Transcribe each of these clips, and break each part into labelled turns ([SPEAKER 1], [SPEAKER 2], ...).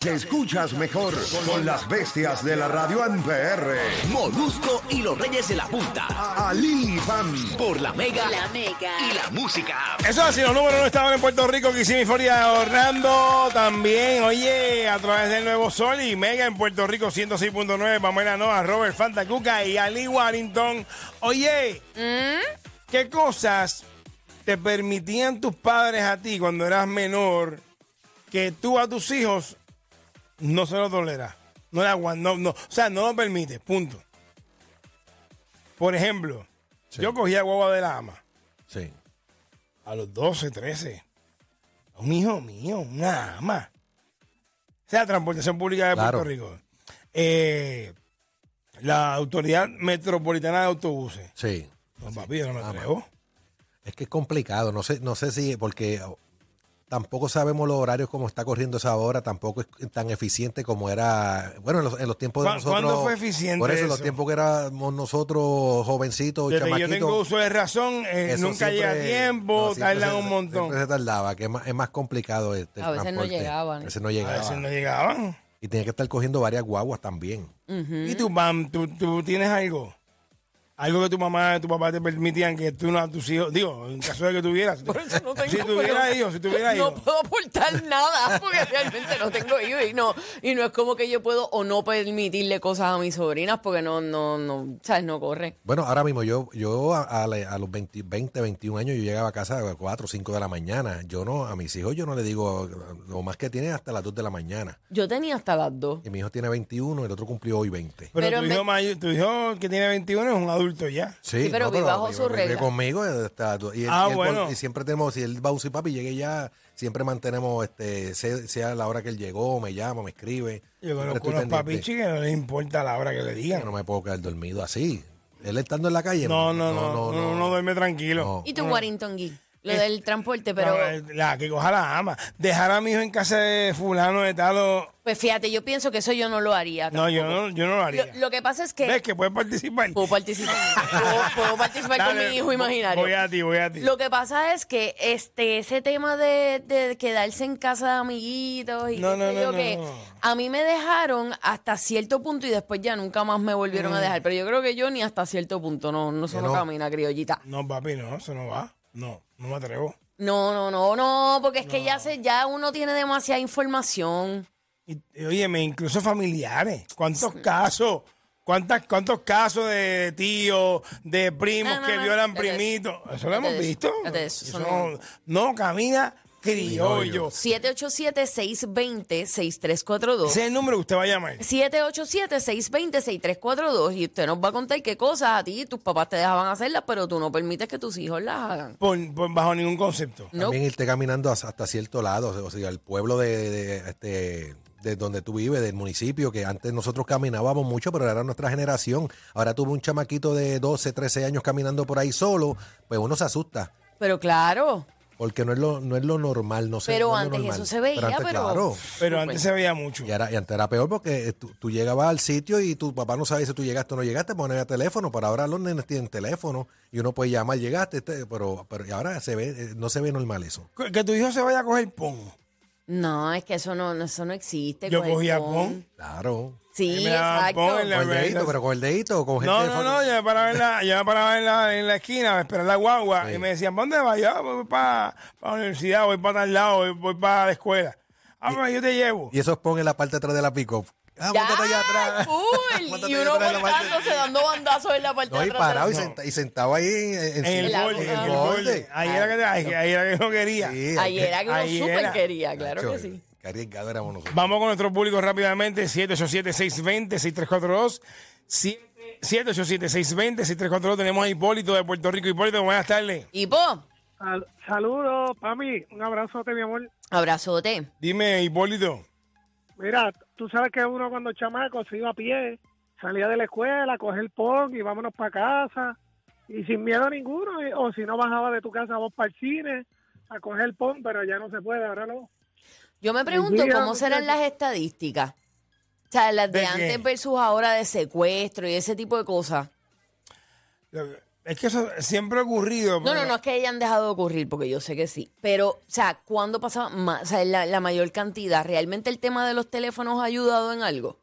[SPEAKER 1] Te escuchas mejor con las bestias de la radio en PR.
[SPEAKER 2] Molusco y los Reyes de la Punta.
[SPEAKER 1] A Lili Pam.
[SPEAKER 2] Por la Mega.
[SPEAKER 3] La Mega.
[SPEAKER 2] Y la música. app.
[SPEAKER 4] Eso así, los números no estaban en Puerto Rico, Kissimmee, Florida, Orlando también, oye, a través del Nuevo Sol y Mega en Puerto Rico 106.9, Pamela Noa, Robert Fantacuca y Ali Warrington. Oye, ¿qué cosas te permitían tus padres a ti cuando eras menor que tú a tus hijos no se lo toleras? No le aguan- no, no, o sea, no lo permites, punto. Por ejemplo, yo cogía guagua de la ama
[SPEAKER 5] Sí.
[SPEAKER 4] a los 12, 13. A un hijo mío, nada más. O sea, transportación pública de
[SPEAKER 5] Claro.
[SPEAKER 4] Puerto Rico. Eh, la Autoridad Metropolitana de Autobuses.
[SPEAKER 5] Sí.
[SPEAKER 4] No, papi, yo no me
[SPEAKER 5] Ah,
[SPEAKER 4] atrevo.
[SPEAKER 5] Es que es complicado. No sé, no sé si, porque tampoco sabemos los horarios como está corriendo esa hora, tampoco es tan eficiente como era. Bueno, en los, en los tiempos de
[SPEAKER 4] ¿Cuá-
[SPEAKER 5] nosotros.
[SPEAKER 4] cuándo fue eficiente
[SPEAKER 5] Por eso, en los
[SPEAKER 4] eso?
[SPEAKER 5] tiempos que éramos nosotros jovencitos,
[SPEAKER 4] Desde que yo
[SPEAKER 5] chamaquitos.
[SPEAKER 4] tengo uso de razón, eh,
[SPEAKER 5] pues, eso
[SPEAKER 4] nunca llega a
[SPEAKER 5] siempre-
[SPEAKER 4] tiempo,
[SPEAKER 5] no, siempre
[SPEAKER 4] tardan
[SPEAKER 5] se-
[SPEAKER 4] un montón.
[SPEAKER 5] Siempre se tardaba, que es más, es más complicado este. el
[SPEAKER 3] A veces no
[SPEAKER 5] transporte.
[SPEAKER 3] llegaban.
[SPEAKER 5] A veces no
[SPEAKER 4] A
[SPEAKER 5] llegaban.
[SPEAKER 4] veces no llegaban.
[SPEAKER 5] Y tenía que estar cogiendo varias guaguas también.
[SPEAKER 4] ¿Y tú, Pam, tú, tú tienes algo? Algo que tu mamá y tu papá te permitían que tú no a tus hijos, digo, en caso de que tuvieras.
[SPEAKER 3] Por eso no tengo
[SPEAKER 4] si tuviera
[SPEAKER 3] pero
[SPEAKER 4] hijos, si tuviera
[SPEAKER 3] No
[SPEAKER 4] hijos.
[SPEAKER 3] puedo aportar nada porque realmente no tengo hijos y no, y no es como que yo puedo o no permitirle cosas a mis sobrinas porque no, no, no, sabes, no corre.
[SPEAKER 5] Bueno, ahora mismo yo, yo a, a la- a los 20, 20, 21 años yo llegaba a casa a las 4 o 5 de la mañana. Yo no, a mis hijos yo no le digo lo más que tiene es hasta las 2 de la mañana.
[SPEAKER 3] Yo tenía hasta las dos.
[SPEAKER 5] Y mi hijo tiene 21, el otro cumplió hoy 20.
[SPEAKER 4] Pero,
[SPEAKER 3] Pero
[SPEAKER 4] tu,
[SPEAKER 3] en
[SPEAKER 4] hijo
[SPEAKER 3] vez-
[SPEAKER 4] mayor- tu hijo que tiene 21 es un adulto ya.
[SPEAKER 3] Sí, pero vi bajo su
[SPEAKER 5] vive
[SPEAKER 3] regla.
[SPEAKER 5] conmigo hasta- y, él-
[SPEAKER 4] Ah,
[SPEAKER 5] y él-
[SPEAKER 4] bueno.
[SPEAKER 5] y siempre tenemos, si él va a usar papi, llegue ya, siempre mantenemos, este sea, sea la hora que él llegó, me llama, me escribe.
[SPEAKER 4] Yo
[SPEAKER 5] Siempre
[SPEAKER 4] conozco
[SPEAKER 5] estoy
[SPEAKER 4] unos
[SPEAKER 5] pendiente.
[SPEAKER 4] papichis que no les importa la hora que le
[SPEAKER 5] Yo
[SPEAKER 4] digan.
[SPEAKER 5] no me puedo quedar dormido así. Él estando en la calle.
[SPEAKER 4] No, no, no, no, no, duerme tranquilo.
[SPEAKER 5] no.
[SPEAKER 3] Y tú, Warrington Gui, lo del transporte, pero
[SPEAKER 4] Mm. Eh, No, eh, la que coja la ama. Dejar a mi hijo en casa de fulano de tal o-
[SPEAKER 3] pues fíjate, yo pienso que eso yo no lo haría.
[SPEAKER 4] No, yo no, yo no lo haría.
[SPEAKER 3] Lo, lo que pasa es que
[SPEAKER 4] ¿Ves que puedes participar?
[SPEAKER 3] puedo participar, puedo, puedo participar con
[SPEAKER 4] Dale,
[SPEAKER 3] mi hijo
[SPEAKER 4] voy-
[SPEAKER 3] imaginario.
[SPEAKER 4] Voy a ti, voy a ti.
[SPEAKER 3] Lo que pasa es que este ese tema de, de quedarse en casa de amiguitos y
[SPEAKER 4] No,
[SPEAKER 3] qué
[SPEAKER 4] no,
[SPEAKER 3] sé
[SPEAKER 4] no,
[SPEAKER 3] yo
[SPEAKER 4] no,
[SPEAKER 3] qué,
[SPEAKER 4] no.
[SPEAKER 3] a mí me dejaron hasta cierto punto y después ya nunca más me volvieron a dejar. Pero yo creo que yo ni hasta cierto punto, no, no se
[SPEAKER 5] Que
[SPEAKER 3] no
[SPEAKER 5] no.
[SPEAKER 3] camina, criollita.
[SPEAKER 4] No, papi, no, eso no va. No, no me atrevo.
[SPEAKER 3] No, no, no, no, porque es que ya se, ya uno tiene demasiada información.
[SPEAKER 4] Y, y óyeme, incluso familiares. ¿Cuántos casos? ¿Cuántas, ¿Cuántos casos de tíos, de primos
[SPEAKER 3] No, no,
[SPEAKER 4] que
[SPEAKER 3] no,
[SPEAKER 4] violan
[SPEAKER 3] fíjate
[SPEAKER 4] primitos? Eso lo
[SPEAKER 3] Fíjate
[SPEAKER 4] hemos
[SPEAKER 3] de eso,
[SPEAKER 4] visto.
[SPEAKER 3] fíjate de eso,
[SPEAKER 4] Eso
[SPEAKER 3] eso
[SPEAKER 4] no, no camina criollo.
[SPEAKER 3] 787-620-6342.
[SPEAKER 4] Ese es el número que usted va a llamar.
[SPEAKER 3] 787-620-6342 y usted nos va a contar qué cosas a ti y tus papás te dejaban hacerlas, pero tú no permites que tus hijos las hagan.
[SPEAKER 4] Por- por- bajo ningún concepto.
[SPEAKER 3] No.
[SPEAKER 5] También irte caminando hasta- hasta cierto lado, o sea, el pueblo de, de- este, de donde tú vives, del municipio, que antes nosotros caminábamos mucho, pero era nuestra generación. Ahora tuve un chamaquito de 12, 13 años caminando por ahí solo, pues uno se asusta,
[SPEAKER 3] Pero claro, porque
[SPEAKER 5] porque no es lo, no es lo normal, no sé.
[SPEAKER 3] Pero
[SPEAKER 5] no es lo
[SPEAKER 3] antes
[SPEAKER 5] normal.
[SPEAKER 3] eso se veía, pero-
[SPEAKER 5] claro.
[SPEAKER 4] Pero antes se veía mucho.
[SPEAKER 5] Y, ahora- y antes era peor porque eh, tú, tú llegabas al sitio y tu papá no sabía si tú llegaste o no llegaste, porque no había teléfono, pero ahora los nenes tienen teléfono y uno puede llamar, llegaste, este, pero, pero y ahora se ve, eh, no se ve normal eso.
[SPEAKER 4] Que- Que tu hijo se vaya a coger pon.
[SPEAKER 3] no, es que eso no, no- eso no existe.
[SPEAKER 4] Yo
[SPEAKER 3] coger
[SPEAKER 4] cogía
[SPEAKER 3] pon.
[SPEAKER 4] pon.
[SPEAKER 5] Claro.
[SPEAKER 3] Sí,
[SPEAKER 4] Y me daban
[SPEAKER 3] exacto.
[SPEAKER 4] pon en la-
[SPEAKER 5] Con el
[SPEAKER 4] Right,
[SPEAKER 5] dedito,
[SPEAKER 4] that's-
[SPEAKER 5] pero con el dedito, con gente
[SPEAKER 4] No,
[SPEAKER 5] de
[SPEAKER 4] no,
[SPEAKER 5] fondo.
[SPEAKER 4] no, yo me paraba en la, yo me paraba en la, en la esquina a esperar la guagua y me decían, ¿para dónde vas? Yo "Ah, voy para la universidad, voy para tal lado, voy, para la escuela. Ah, pues yo te llevo.
[SPEAKER 5] Y esos ponen la parte de atrás de la pick Ah,
[SPEAKER 3] Ya,
[SPEAKER 5] montate allá atrás.
[SPEAKER 3] full.
[SPEAKER 5] Montate
[SPEAKER 3] Y
[SPEAKER 5] allá
[SPEAKER 3] uno
[SPEAKER 5] atrás en la parte-
[SPEAKER 3] montándose, dando bandazos en la parte
[SPEAKER 5] No,
[SPEAKER 3] de
[SPEAKER 5] y
[SPEAKER 3] atrás.
[SPEAKER 5] parado y,
[SPEAKER 4] No.
[SPEAKER 5] senta- y sentado ahí en, en-
[SPEAKER 4] En el
[SPEAKER 3] la
[SPEAKER 4] borde, en
[SPEAKER 3] boca.
[SPEAKER 4] el borde. Ahí era que, ay, ahí era que no quería.
[SPEAKER 5] Sí,
[SPEAKER 3] Ayer era que uno
[SPEAKER 4] Ayer
[SPEAKER 3] súper
[SPEAKER 4] era.
[SPEAKER 3] quería, claro
[SPEAKER 5] Nacho,
[SPEAKER 3] que sí.
[SPEAKER 5] Qué arriesgado éramos nosotros.
[SPEAKER 4] Vamos con nuestro público rápidamente. 787-620-6342. 787-620-6342. Tenemos a Hipólito de Puerto Rico. Hipólito, buenas tardes.
[SPEAKER 3] Y po,
[SPEAKER 6] Sal- Saludos, Pami. Un abrazote, mi amor.
[SPEAKER 3] abrazote.
[SPEAKER 4] Dime, Hipólito.
[SPEAKER 6] Mira, tú sabes que uno cuando chamaco se iba a pie, salía de la escuela, cogía el pong y vámonos para casa. Y sin miedo a ninguno, y- o si no bajaba de tu casa vos para el cine a coger el pong, pero ya no se puede, ahora no.
[SPEAKER 3] Yo me pregunto
[SPEAKER 6] Mira,
[SPEAKER 3] cómo serán
[SPEAKER 6] muchacho.
[SPEAKER 3] las estadísticas. O sea, las de,
[SPEAKER 4] ¿De qué?
[SPEAKER 3] antes versus ahora de secuestro y ese tipo de cosas.
[SPEAKER 4] Es que eso siempre ha ocurrido.
[SPEAKER 3] No,
[SPEAKER 4] pero-
[SPEAKER 3] no, no es que hayan dejado de ocurrir, porque yo sé que sí. Pero, o sea, ¿cuándo pasaba más? O sea, la, la mayor cantidad. ¿Realmente el tema de los teléfonos ha ayudado en algo?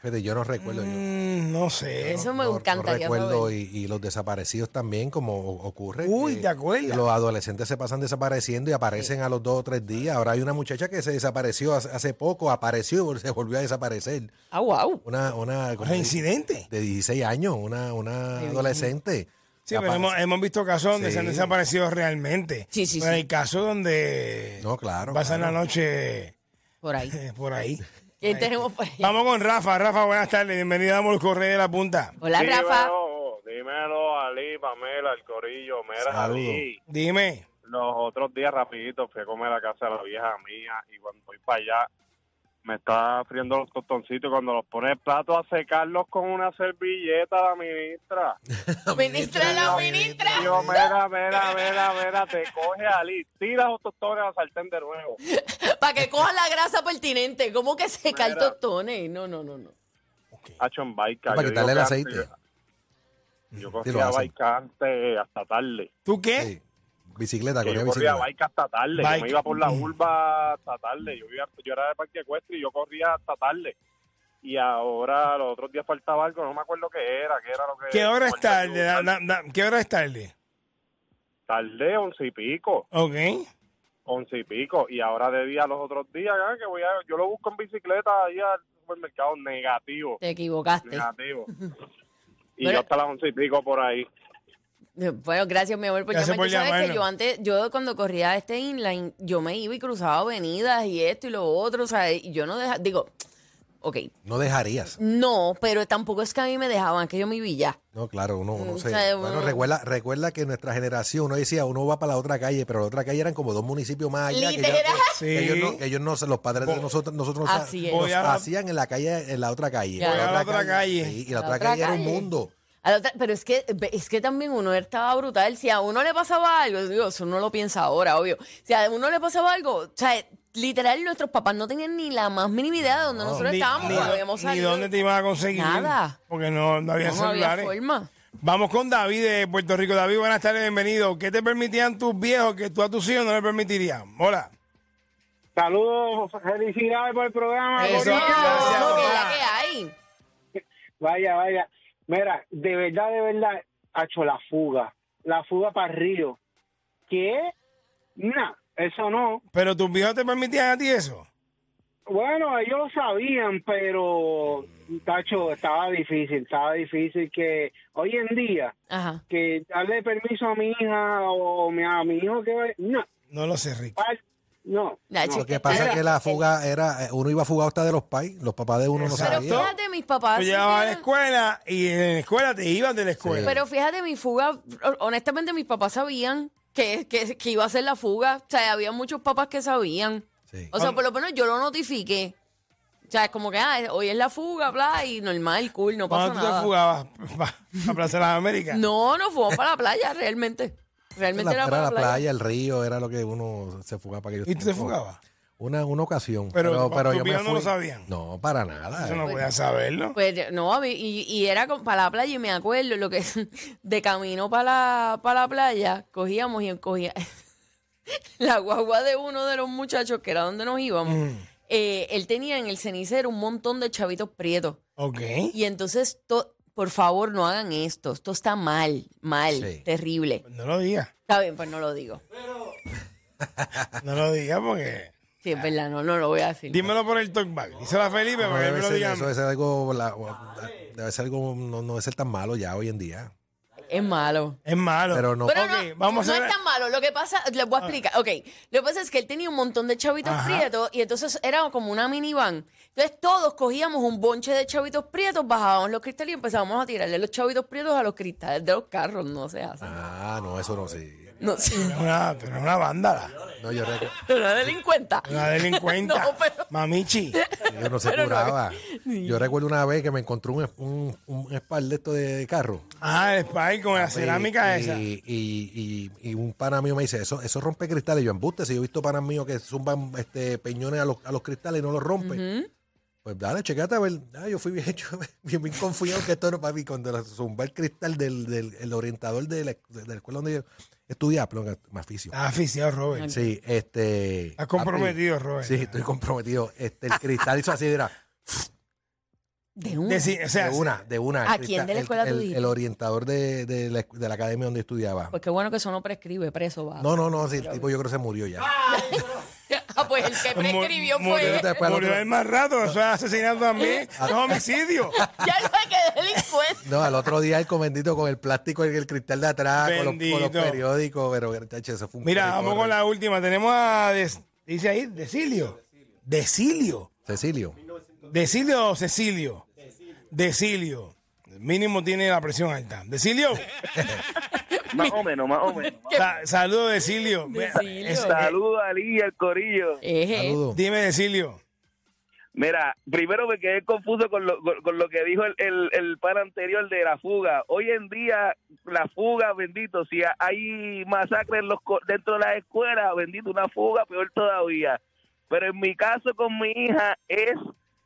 [SPEAKER 5] Fede, yo no recuerdo. yo-
[SPEAKER 4] Mm, no sé.
[SPEAKER 3] Eso me
[SPEAKER 5] no- no
[SPEAKER 3] encantaría
[SPEAKER 5] recuerdo
[SPEAKER 3] saber.
[SPEAKER 5] y, y los desaparecidos también, como o- ocurre.
[SPEAKER 4] Uy,
[SPEAKER 5] que-
[SPEAKER 4] ¿te acuerdas?
[SPEAKER 5] que Los adolescentes se pasan desapareciendo y aparecen a los dos o tres días. Ahora hay una muchacha que se desapareció hace, hace poco, apareció y se volvió a desaparecer.
[SPEAKER 3] Ah, wow.
[SPEAKER 5] Una, una como
[SPEAKER 4] Reincidente.
[SPEAKER 5] de 16 años, una, una adolescente.
[SPEAKER 4] Sí, pero
[SPEAKER 5] Apare-
[SPEAKER 4] hemos, hemos visto casos donde
[SPEAKER 5] Sí.
[SPEAKER 4] se han desaparecido realmente.
[SPEAKER 3] Sí, sí,
[SPEAKER 4] Pero
[SPEAKER 3] sí.
[SPEAKER 4] hay casos donde
[SPEAKER 5] No, claro,
[SPEAKER 4] pasan
[SPEAKER 5] claro.
[SPEAKER 4] la noche
[SPEAKER 3] Por ahí.
[SPEAKER 4] eh, por ahí.
[SPEAKER 3] ¿Qué tenemos por ahí?
[SPEAKER 4] Vamos con Rafa. Rafa, buenas tardes. Bienvenida a Correa de la Punta.
[SPEAKER 3] Hola, Rafa.
[SPEAKER 7] Dímelo, dímelo, Ali, Pamela, el corillo, mira,
[SPEAKER 5] Saludos.
[SPEAKER 7] Ali.
[SPEAKER 4] Dime.
[SPEAKER 7] Los otros días, rapidito, fui a comer a casa de la vieja mía y cuando voy para allá, me está friendo los tostoncitos y cuando los pone el plato a secarlos con una servilleta la ministra.
[SPEAKER 3] Ministra, la ministra.
[SPEAKER 7] Digo, mira, mira, mira, mira, te coge Ali, tira los tostones al sartén de nuevo.
[SPEAKER 3] Para que coja la grasa pertinente. ¿Cómo que secar
[SPEAKER 7] Mira.
[SPEAKER 3] tostones? No, no, no, no.
[SPEAKER 7] Hacho en baica.
[SPEAKER 5] Para
[SPEAKER 7] Yo
[SPEAKER 5] quitarle el
[SPEAKER 7] digo que
[SPEAKER 5] aceite.
[SPEAKER 7] antes- Yo
[SPEAKER 5] Sí, lo
[SPEAKER 7] corría
[SPEAKER 5] hacen.
[SPEAKER 7] baica antes hasta tarde.
[SPEAKER 4] ¿Tú
[SPEAKER 3] ¿eh?
[SPEAKER 4] qué?
[SPEAKER 5] Sí. Bicicleta,
[SPEAKER 7] Que
[SPEAKER 5] corría
[SPEAKER 7] yo corría
[SPEAKER 5] bicicleta.
[SPEAKER 7] bike hasta tarde, yo
[SPEAKER 4] Bike.
[SPEAKER 7] me iba por la urba hasta tarde, yo, vivía- yo era de parque ecuestre y yo corría hasta tarde. Y ahora los otros días faltaba algo, no me acuerdo qué era, qué era lo que...
[SPEAKER 4] ¿Qué hora es tarde? Da-
[SPEAKER 7] Tarde,
[SPEAKER 4] da- da- ¿Qué hora es tarde?
[SPEAKER 7] tarde, once y pico,
[SPEAKER 4] Ok.
[SPEAKER 7] once y pico. Y ahora de día los otros días, ah, que voy a, yo lo busco en bicicleta ahí al supermercado, negativo,
[SPEAKER 3] Te equivocaste.
[SPEAKER 7] negativo. y
[SPEAKER 3] Pero-
[SPEAKER 7] yo hasta las once y pico por ahí.
[SPEAKER 3] Bueno, gracias, mi amor, por
[SPEAKER 4] Gracias
[SPEAKER 3] llamarme.
[SPEAKER 4] por
[SPEAKER 3] Tú sabes
[SPEAKER 4] llamarnos.
[SPEAKER 3] que yo antes, yo cuando corría este inline, yo me iba y cruzaba avenidas y esto y lo otro, o sea, y yo no dejaba, digo, ok,
[SPEAKER 5] No dejarías.
[SPEAKER 3] no, pero tampoco es que a mí me dejaban, que yo me iba y ya.
[SPEAKER 5] No, claro, uno, uno
[SPEAKER 3] O
[SPEAKER 5] se-
[SPEAKER 3] sea,
[SPEAKER 5] Bueno,
[SPEAKER 3] Mm, uno-
[SPEAKER 5] recuerda, recuerda que en nuestra generación uno decía, uno va para la otra calle, pero la otra calle eran como dos municipios más allá. Que ya- pues,
[SPEAKER 3] Literal.
[SPEAKER 4] Sí.
[SPEAKER 5] que ellos no, que ellos no, los padres de nosotros, nosotros nos-
[SPEAKER 3] Así es.
[SPEAKER 5] nos
[SPEAKER 4] Voy a la-
[SPEAKER 5] hacían en la calle, en la otra calle.
[SPEAKER 3] Ya. Voy
[SPEAKER 4] a la otra calle.
[SPEAKER 5] Sí, y la, otra, calle, era un mundo.
[SPEAKER 3] A la otra- pero es que, es que también uno estaba brutal, si a uno le pasaba algo, digo, eso uno lo piensa ahora, obvio, si a uno le pasaba algo, o sea, literal nuestros papás no tenían ni la más mínima idea de dónde nosotros estábamos, cuando habíamos
[SPEAKER 4] ni
[SPEAKER 3] salido.
[SPEAKER 4] dónde te ibas a conseguir.
[SPEAKER 3] Nada.
[SPEAKER 4] Porque no, no había
[SPEAKER 3] no había
[SPEAKER 4] celulares.
[SPEAKER 3] forma.
[SPEAKER 4] Vamos con David de Puerto Rico. David, buenas tardes, bienvenido. ¿Qué te permitían tus viejos que tú a tus hijos no le permitirías? Hola.
[SPEAKER 6] Saludos, felicidades por el programa.
[SPEAKER 3] Eso,
[SPEAKER 4] bonito.
[SPEAKER 3] eso, que es la
[SPEAKER 4] papá.
[SPEAKER 3] que hay.
[SPEAKER 6] Vaya, vaya. Mira, de verdad, de verdad, ha hecho la fuga. La fuga para Río. ¿Qué? Nah, eso no.
[SPEAKER 4] Pero tus viejos te permitían a ti eso.
[SPEAKER 6] Bueno, ellos sabían, pero Tacho, estaba difícil, estaba difícil que hoy en día
[SPEAKER 3] Ajá.
[SPEAKER 6] que darle permiso a mi hija o, mi- a mi hijo que vaya- no,
[SPEAKER 4] No lo sé, Rick.
[SPEAKER 6] ay, no.
[SPEAKER 3] La
[SPEAKER 6] no.
[SPEAKER 3] chica
[SPEAKER 5] Lo que pasa es
[SPEAKER 3] Era-
[SPEAKER 5] que la fuga era, eh, uno iba fugado hasta de los pais, los papás de uno no
[SPEAKER 4] Exacto.
[SPEAKER 3] Pero
[SPEAKER 5] sabían.
[SPEAKER 3] fíjate, mis papás.
[SPEAKER 4] Tú
[SPEAKER 3] sí
[SPEAKER 4] llegabas Pues a la
[SPEAKER 3] eran-
[SPEAKER 4] escuela y en la escuela te ibas de la escuela.
[SPEAKER 3] Pero fíjate, mi fuga, honestamente, mis papás sabían que, que, que iba a ser la fuga. O sea, había muchos papás que sabían.
[SPEAKER 5] Sí.
[SPEAKER 3] O sea, por lo menos yo lo notifiqué. O sea, es como que, ah, hoy es la fuga, bla, y normal, cool, no pasa
[SPEAKER 4] Cuando tú
[SPEAKER 3] nada.
[SPEAKER 4] te fugabas a Plaza de las Américas.
[SPEAKER 3] No, no fuimos para la playa, realmente. Realmente
[SPEAKER 5] La-
[SPEAKER 3] era,
[SPEAKER 5] era
[SPEAKER 3] para
[SPEAKER 5] la playa, el río, era lo que uno se fugaba para que
[SPEAKER 4] ¿Y tú te fugabas?
[SPEAKER 5] Una, una ocasión.
[SPEAKER 4] Pero
[SPEAKER 5] Pero,
[SPEAKER 4] tu-
[SPEAKER 5] pero
[SPEAKER 4] tus
[SPEAKER 5] yo me
[SPEAKER 4] viejos no lo
[SPEAKER 5] fui-
[SPEAKER 4] sabían.
[SPEAKER 5] No, para nada.
[SPEAKER 4] Eso no
[SPEAKER 5] eh.
[SPEAKER 4] podía saberlo.
[SPEAKER 3] Pues no, a mí- y, y era con- para la playa y me acuerdo lo que de camino para la, para la playa cogíamos y cogía la guagua de uno de los muchachos que era donde nos íbamos. eh, él tenía en el cenicero un montón de chavitos prietos.
[SPEAKER 4] Ok.
[SPEAKER 3] Y entonces, to- por favor, no hagan esto. Esto está mal, mal,
[SPEAKER 5] Sí.
[SPEAKER 3] terrible.
[SPEAKER 4] No lo digas.
[SPEAKER 3] Está bien, pues no lo digo.
[SPEAKER 4] No lo digas porque.
[SPEAKER 3] Sí, es verdad, no, no lo voy a decir.
[SPEAKER 4] Dímelo por el talkback. Díselo a Felipe
[SPEAKER 5] No
[SPEAKER 4] para que él me
[SPEAKER 5] debe
[SPEAKER 4] lo
[SPEAKER 5] ser,
[SPEAKER 4] diga. a mí.
[SPEAKER 5] eso debe ser algo, la- debe ser algo no, no debe ser tan malo ya hoy en día.
[SPEAKER 3] Es malo.
[SPEAKER 4] Es malo.
[SPEAKER 5] Pero no-
[SPEAKER 3] Pero
[SPEAKER 4] Ok,
[SPEAKER 3] no,
[SPEAKER 4] vamos a
[SPEAKER 3] no
[SPEAKER 4] hacer-
[SPEAKER 3] es tan malo. Lo que pasa, les voy a explicar. Ok, lo que pasa es que él tenía un montón de chavitos
[SPEAKER 4] Ajá.
[SPEAKER 3] prietos y entonces era como una minivan. Entonces todos cogíamos un bonche de chavitos prietos, bajábamos los cristales y empezábamos a tirarle los chavitos prietos a los cristales de los carros. No se hace.
[SPEAKER 5] Ah, no, eso no sí.
[SPEAKER 3] No se
[SPEAKER 4] Es una, pero es una vándala.
[SPEAKER 5] No, yo, recu-
[SPEAKER 3] Una delincuenta.
[SPEAKER 4] Una delincuente.
[SPEAKER 3] No, pero-
[SPEAKER 4] Mamichi.
[SPEAKER 5] yo no se
[SPEAKER 3] Pero no-
[SPEAKER 5] curaba. Yo recuerdo una vez que me encontró un, un, un espal de esto de carro.
[SPEAKER 4] Ah, el Spike con la cerámica
[SPEAKER 5] y,
[SPEAKER 4] esa.
[SPEAKER 5] Pues, Y, y- y un pana mío me dice, eso, eso rompe cristales. Yo embuste, si yo he visto panas míos que zumban este, peñones a los, a los cristales y no los rompen. Pues dale, checate a ver. Ah, yo fui bien, yo bien, bien confiado que esto no, papi, cuando la zumba el cristal del, del el orientador de la, de la escuela donde yo estudiaba, perdón, me aficio.
[SPEAKER 4] Está aficionado, Robert.
[SPEAKER 5] Sí, este.
[SPEAKER 4] Ah, Estás comprometido, Robert.
[SPEAKER 5] Sí, estoy comprometido. Este, el cristal hizo así, era
[SPEAKER 3] De una.
[SPEAKER 4] De, sí, o sea,
[SPEAKER 5] de una, de una.
[SPEAKER 3] ¿A
[SPEAKER 5] el cristal-
[SPEAKER 3] quién de la
[SPEAKER 5] el-
[SPEAKER 3] escuela tú
[SPEAKER 5] el, el,
[SPEAKER 3] dijiste?
[SPEAKER 5] orientador de, de la, de la academia donde estudiaba.
[SPEAKER 3] Pues qué bueno que eso no prescribe, preso va.
[SPEAKER 5] No, no, no, sí, el tipo yo creo que se murió ya.
[SPEAKER 3] Ah, pues el que
[SPEAKER 4] mu-
[SPEAKER 3] prescribió
[SPEAKER 4] murió,
[SPEAKER 3] fue.
[SPEAKER 5] después al
[SPEAKER 4] murió
[SPEAKER 5] otro- Ah.
[SPEAKER 4] el más rato. Eso es asesinato también. Eso es homicidio.
[SPEAKER 3] Ya lo que delincuente.
[SPEAKER 5] No, al otro día el comendito con el plástico y el cristal de atrás, con los, con los
[SPEAKER 4] Bendito.
[SPEAKER 5] periódicos, pero chacho, eso fue un
[SPEAKER 4] Mira,
[SPEAKER 5] corre,
[SPEAKER 4] vamos
[SPEAKER 5] corre.
[SPEAKER 4] con la última. Tenemos a. Des- dice ahí, Decilio. Decilio.
[SPEAKER 5] Cecilio.
[SPEAKER 4] Decilio o Cecilio. Decilio. Mínimo tiene la presión alta. Decilio.
[SPEAKER 2] Más o menos, más o menos.
[SPEAKER 4] Sa- Saludos, Decilio.
[SPEAKER 3] Decilio.
[SPEAKER 4] Es-
[SPEAKER 2] Saludos a Ligia, al corillo.
[SPEAKER 3] Eje.
[SPEAKER 5] Saludos.
[SPEAKER 4] este, Dime, Decilio.
[SPEAKER 2] Mira, primero me quedé confuso con lo, con, con lo que dijo el, el, el pan anterior de la fuga. Hoy en día, la fuga, bendito, si ha- hay masacres en los, co- dentro de las escuelas, bendito, una fuga peor todavía. Pero en mi caso con mi hija es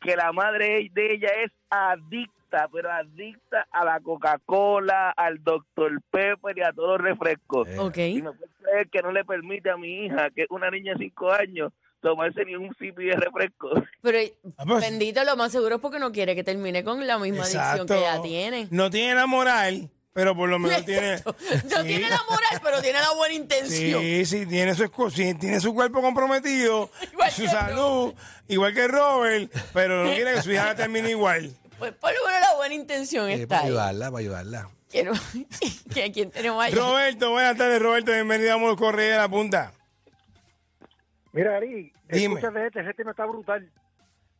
[SPEAKER 2] que la madre de ella es adicta, pero adicta a la Coca-Cola, al Dr. Pepper y a todos los refrescos.
[SPEAKER 3] Ok.
[SPEAKER 2] Y no puede creer que no le permite a mi hija, que es una niña de 5 años, tomarse ni un sipi de refresco.
[SPEAKER 3] Pero
[SPEAKER 4] Ah, pues-
[SPEAKER 3] bendito, lo más seguro es porque no quiere que termine con la misma adicción que ya tiene.
[SPEAKER 4] No tiene la moral, pero por lo menos tiene.
[SPEAKER 3] Exacto. No
[SPEAKER 4] Sí.
[SPEAKER 3] tiene la moral, pero tiene la buena intención.
[SPEAKER 4] Sí, sí, tiene su, escu- sí, tiene su cuerpo comprometido,
[SPEAKER 3] Igual
[SPEAKER 4] su
[SPEAKER 3] que
[SPEAKER 4] salud, igual que Robert, pero no quiere que su hija termine igual.
[SPEAKER 3] Pues por lo menos la buena intención
[SPEAKER 5] Eh,
[SPEAKER 3] está
[SPEAKER 5] para
[SPEAKER 3] ahí.
[SPEAKER 5] ayudarla, para ayudarla.
[SPEAKER 3] Quiero que a quién tenemos ahí.
[SPEAKER 4] Roberto, buenas tardes, Roberto, bienvenido a Monos Correa de la Punta.
[SPEAKER 7] Mira, Ari,
[SPEAKER 4] Dime.
[SPEAKER 7] escúchate este, ese tema está brutal.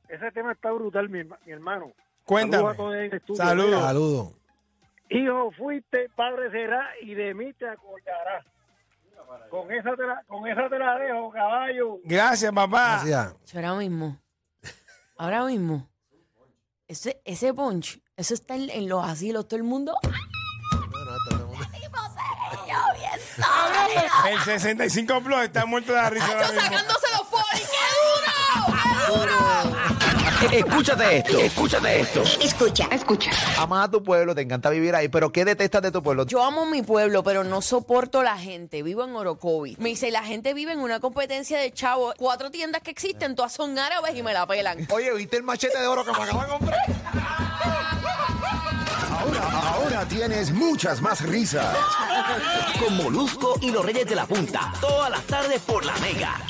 [SPEAKER 7] Ese tema está brutal, mi, herma- mi hermano. Saludos a todos en el
[SPEAKER 4] Cuéntame.
[SPEAKER 7] estudio.
[SPEAKER 4] Saludos.
[SPEAKER 5] Saludos.
[SPEAKER 7] Hijo, fuiste, padre será y de mí te acordarás. Con esa te la, con esa te la dejo, caballo.
[SPEAKER 4] Gracias, papá.
[SPEAKER 5] Gracias.
[SPEAKER 3] Yo Ahora mismo. Ahora mismo. Ese, ese punch, eso está en, en los asilos, todo el mundo. ¡ah!
[SPEAKER 5] No, no, todo el mundo-
[SPEAKER 4] El 65 Plus está muerto de la risa ahora mismo.
[SPEAKER 3] sacándose los foli! ¡Qué duro! ¡Qué duro!
[SPEAKER 8] Escúchate esto, escúchate esto.
[SPEAKER 9] Amas a tu pueblo, te encanta vivir ahí, pero ¿qué detestas de tu pueblo?
[SPEAKER 3] Yo amo mi pueblo, pero no soporto la gente. Vivo en Orocovi. Me dice, la gente vive en una competencia de chavos. Cuatro tiendas que existen, todas son árabes y me la pelan.
[SPEAKER 9] Oye, ¿viste el machete de oro que me acabo de comprar?
[SPEAKER 1] Ahora, ahora tienes muchas más risas.
[SPEAKER 8] Con Molusco y los Reyes de la Punta. Todas las tardes por la Mega.